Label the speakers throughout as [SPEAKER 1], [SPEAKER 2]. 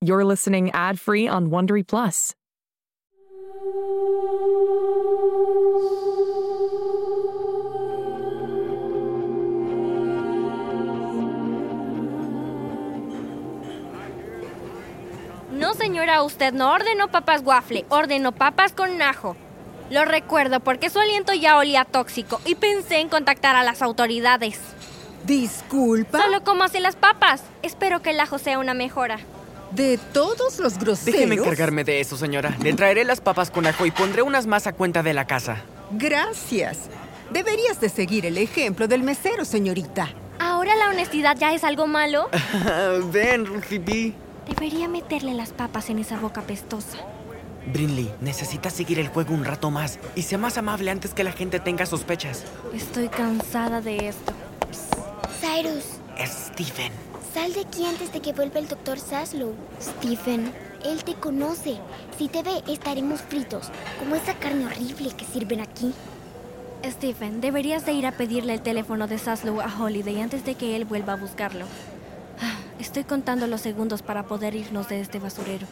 [SPEAKER 1] You're listening ad free on Wondery Plus.
[SPEAKER 2] No, señora, usted no ordenó papas waffle, ordenó papas con ajo. Lo recuerdo porque su aliento ya olía tóxico y pensé en contactar a las autoridades.
[SPEAKER 3] Disculpa.
[SPEAKER 2] Solo como hace las papas. Espero que el ajo sea una mejora.
[SPEAKER 3] De todos los groseros.
[SPEAKER 4] Déjeme encargarme de eso, señora. Le traeré las papas con ajo y pondré unas más a cuenta de la casa.
[SPEAKER 3] Gracias. Deberías de seguir el ejemplo del mesero, señorita.
[SPEAKER 2] ¿Ahora la honestidad ya es algo malo?
[SPEAKER 4] Ven, Rujibi.
[SPEAKER 2] Debería meterle las papas en esa boca pestosa.
[SPEAKER 4] Brinley, necesitas seguir el juego un rato más y sea más amable antes que la gente tenga sospechas.
[SPEAKER 2] Estoy cansada de esto.
[SPEAKER 5] Cyrus,
[SPEAKER 4] Stephen.
[SPEAKER 5] sal de aquí antes de que vuelva el doctor Saslow. Stephen, él te conoce. Si te ve, estaremos fritos, como esa carne horrible que sirven aquí.
[SPEAKER 2] Stephen, deberías de ir a pedirle el teléfono de Saslow a Holiday antes de que él vuelva a buscarlo. Ah, Estoy contando los segundos para poder irnos de este basurero.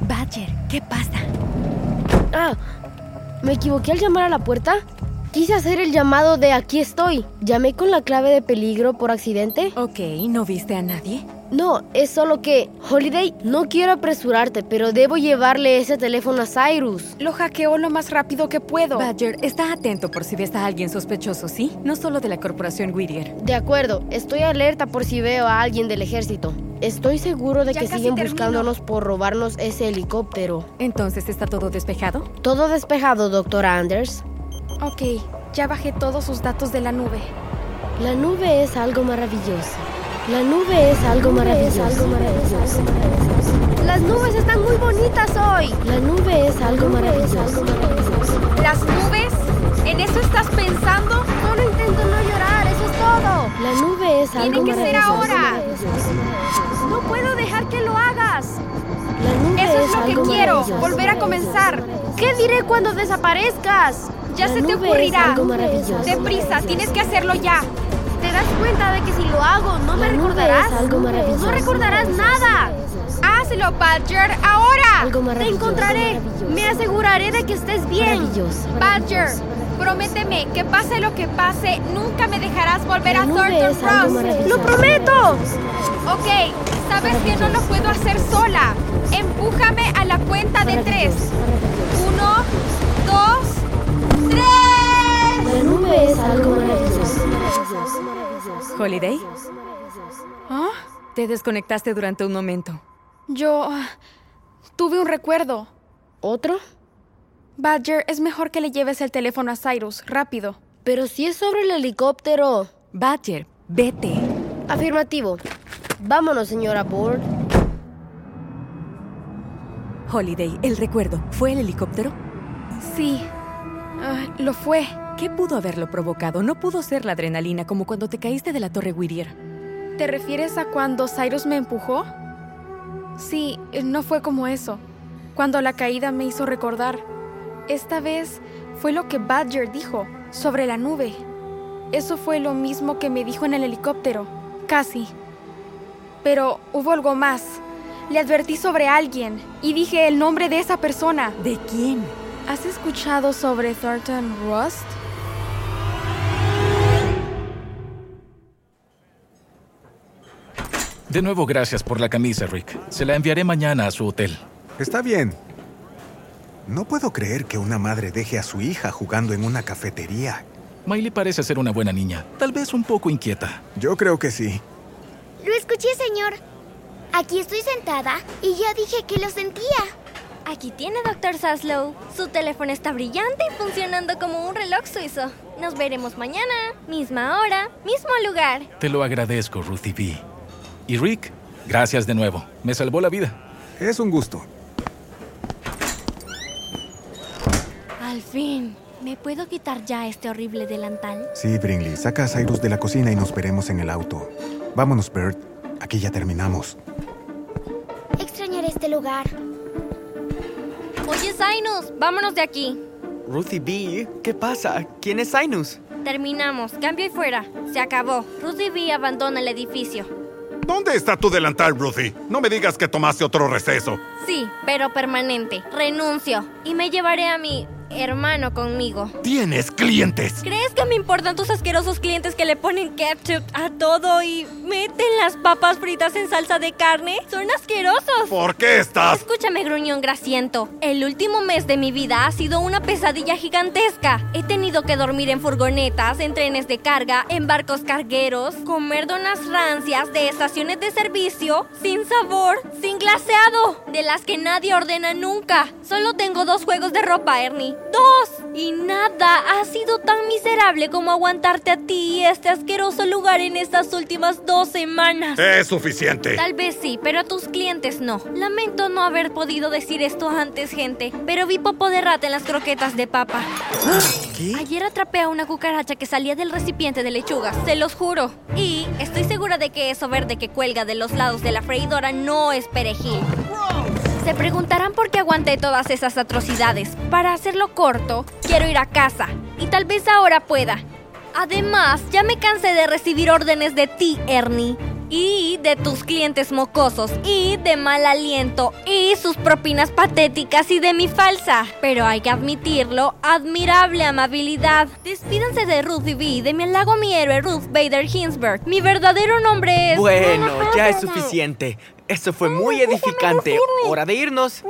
[SPEAKER 6] Badger, ¿qué pasa?
[SPEAKER 7] Ah, me equivoqué al llamar a la puerta. Quise hacer el llamado de aquí estoy. ¿Llamé con la clave de peligro por accidente?
[SPEAKER 6] Ok, ¿no viste a nadie?
[SPEAKER 7] No, es solo que, Holiday, no quiero apresurarte, pero debo llevarle ese teléfono a Cyrus.
[SPEAKER 8] Lo hackeo lo más rápido que puedo.
[SPEAKER 6] Badger, está atento por si ves a alguien sospechoso, ¿sí? No solo de la corporación Whittier.
[SPEAKER 7] De acuerdo, estoy alerta por si veo a alguien del ejército. Estoy seguro de
[SPEAKER 8] Ya
[SPEAKER 7] que
[SPEAKER 8] casi
[SPEAKER 7] siguen
[SPEAKER 8] termino.
[SPEAKER 7] buscándonos por robarnos ese helicóptero.
[SPEAKER 6] Entonces, ¿está todo despejado?
[SPEAKER 7] Todo despejado, doctora Anders.
[SPEAKER 8] Ok, ya bajé todos sus datos de la nube.
[SPEAKER 7] La nube es algo maravilloso. La nube es algo maravilloso. Las nubes están muy bonitas hoy. La nube es algo maravilloso.
[SPEAKER 8] ¿Las nubes? ¿En eso estás pensando?
[SPEAKER 7] Solo intento no llorar, eso es todo. La nube es algo
[SPEAKER 8] que ser
[SPEAKER 7] maravilloso.
[SPEAKER 8] ahora.
[SPEAKER 7] No puedo dejar que lo hagas. La nube
[SPEAKER 8] Eso es lo
[SPEAKER 7] algo
[SPEAKER 8] que quiero,
[SPEAKER 7] maravilloso.
[SPEAKER 8] volver a comenzar.
[SPEAKER 7] ¿Qué diré cuando desaparezcas?
[SPEAKER 8] Ya
[SPEAKER 7] La
[SPEAKER 8] se te
[SPEAKER 7] nube es
[SPEAKER 8] ocurrirá.
[SPEAKER 7] algo maravilloso.
[SPEAKER 8] Deprisa, tienes que hacerlo ya.
[SPEAKER 7] ¿Te das cuenta de que si lo hago no me recordarás? No recordarás nada.
[SPEAKER 8] Hazlo, Badger, ahora.
[SPEAKER 7] Te encontraré. Me aseguraré de que estés bien.
[SPEAKER 8] Badger, prométeme que pase lo que pase, nunca me dejarás volver a
[SPEAKER 7] La nube
[SPEAKER 8] Thornton
[SPEAKER 7] es algo
[SPEAKER 8] Ross.
[SPEAKER 7] maravilloso. ¡Lo prometo!
[SPEAKER 8] Ok, sabes que no lo puedo hacer sola. Empújame a la cuenta de tres. Uno, dos, tres.
[SPEAKER 7] La nube es algo maravilloso.
[SPEAKER 6] ¿Holiday? Te desconectaste durante un momento.
[SPEAKER 9] Yo ah, tuve un recuerdo.
[SPEAKER 7] ¿Otro?
[SPEAKER 9] Badger, es mejor que le lleves el teléfono a Cyrus, rápido.
[SPEAKER 7] Pero si es sobre el helicóptero.
[SPEAKER 6] Badger, vete.
[SPEAKER 7] Afirmativo. Vámonos, señora Board.
[SPEAKER 6] Holiday, el recuerdo, ¿fue el helicóptero?
[SPEAKER 9] Sí. Ah, lo fue.
[SPEAKER 6] ¿Qué pudo haberlo provocado? No pudo ser la adrenalina como cuando te caíste de la torre Whittier.
[SPEAKER 9] ¿Te refieres a cuando Cyrus me empujó? Sí, eh, no fue como eso. Cuando la caída me hizo recordar. Esta vez fue lo que Badger dijo sobre la nube. Eso fue lo mismo que me dijo en el helicóptero, casi. Pero hubo algo más. Le advertí sobre alguien y dije el nombre de esa persona.
[SPEAKER 6] ¿De quién?
[SPEAKER 9] ¿Has escuchado sobre Thornton Rust?
[SPEAKER 10] De nuevo, gracias por la camisa, Rick. Se la enviaré mañana a su hotel.
[SPEAKER 11] Está bien. No puedo creer que una madre deje a su hija jugando en una cafetería.
[SPEAKER 10] Miley parece ser una buena niña, tal vez un poco inquieta.
[SPEAKER 11] Yo creo que sí.
[SPEAKER 5] Lo escuché, señor. Aquí estoy sentada y ya dije que lo sentía.
[SPEAKER 2] Aquí tiene Dr. Saslow. Su teléfono está brillante y funcionando como un reloj suizo. Nos veremos mañana, misma hora, mismo lugar.
[SPEAKER 10] Te lo agradezco, Ruthie B. Y Rick, gracias de nuevo. Me salvó la vida.
[SPEAKER 11] Es un gusto.
[SPEAKER 2] Al fin. ¿Me puedo quitar ya este horrible delantal?
[SPEAKER 11] Sí, Brinley, saca a Cyrus de la cocina y nos veremos en el auto. Vámonos, Bert. Aquí ya terminamos.
[SPEAKER 5] Extrañaré este lugar.
[SPEAKER 2] Oye, Sinus, vámonos de aquí.
[SPEAKER 4] Ruthie B, ¿qué pasa? ¿Quién es Sinus?
[SPEAKER 2] Terminamos. Cambio y fuera. Se acabó. Ruthie B abandona el edificio.
[SPEAKER 12] ¿Dónde está tu delantal, Ruthie? No me digas que tomaste otro receso.
[SPEAKER 2] Sí, pero permanente. Renuncio. Y me llevaré a mi hermano conmigo.
[SPEAKER 12] ¡Tienes clientes!
[SPEAKER 2] ¿Crees que me importan tus asquerosos clientes que le ponen ketchup a todo y meten las papas fritas en salsa de carne? ¡Son asquerosos!
[SPEAKER 12] ¿Por qué estás?
[SPEAKER 2] Escúchame, gruñón grasiento. El último mes de mi vida ha sido una pesadilla gigantesca. He tenido que dormir en furgonetas, en trenes de carga, en barcos cargueros, comer donas rancias de estaciones de servicio, sin sabor, sin glaseado, de las que nadie ordena nunca. Solo tengo dos juegos de ropa, Ernie. ¡Dos! Y nada, ha sido tan miserable como aguantarte a ti y este asqueroso lugar en estas últimas dos semanas.
[SPEAKER 12] Es suficiente.
[SPEAKER 2] Tal vez sí, pero a tus clientes no. Lamento no haber podido decir esto antes, gente, pero vi popo de rata en las croquetas de papa.
[SPEAKER 4] ¿Qué?
[SPEAKER 2] Ayer atrapé a una cucaracha que salía del recipiente de lechugas, se los juro. Y estoy segura de que eso verde que cuelga de los lados de la freidora no es perejil. Se preguntarán por qué aguanté todas esas atrocidades. Para hacerlo corto, quiero ir a casa. Y tal vez ahora pueda. Además, ya me cansé de recibir órdenes de ti, Ernie. Y de tus clientes mocosos. Y de mal aliento. Y sus propinas patéticas y de mi falsa. Pero hay que admitirlo, admirable amabilidad. Despídanse de Ruth B. y De mi halago a mi héroe Ruth Bader Ginsburg. Mi verdadero nombre es...
[SPEAKER 4] Bueno, ya es suficiente. Eso fue muy edificante. Hora de irnos.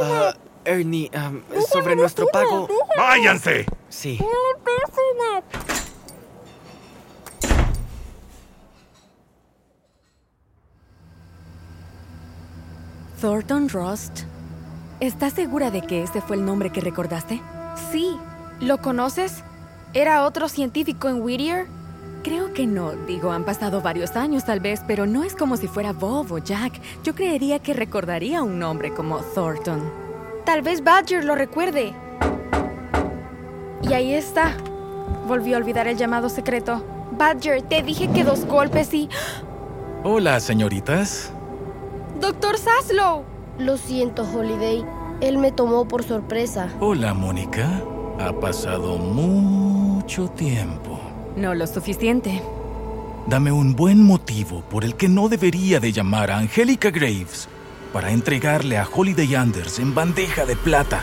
[SPEAKER 4] Ah, Ernie, am, sobre nuestro pago.
[SPEAKER 12] ¡Váyanse!
[SPEAKER 4] Sí.
[SPEAKER 6] Thornton Rust.
[SPEAKER 9] ¿Estás segura de que ese fue el nombre que recordaste? Sí. ¿Lo conoces? ¿Era otro científico en Whittier?
[SPEAKER 6] Creo que no. Digo, han pasado varios años tal vez, pero no es como si fuera Bob o Jack. Yo creería que recordaría un nombre como Thornton.
[SPEAKER 9] Tal vez Badger lo recuerde. Y ahí está. Volvió a olvidar el llamado secreto. Badger, te dije que dos golpes y... ¡Ah!
[SPEAKER 10] Hola, señoritas.
[SPEAKER 9] ¡Doctor Saslow!
[SPEAKER 7] Lo siento, Holiday. Él me tomó por sorpresa.
[SPEAKER 10] Hola, Mónica. Ha pasado mucho tiempo.
[SPEAKER 6] No lo suficiente.
[SPEAKER 10] Dame un buen motivo por el que no debería de llamar a Angélica Graves para entregarle a Holiday Anders en bandeja de plata.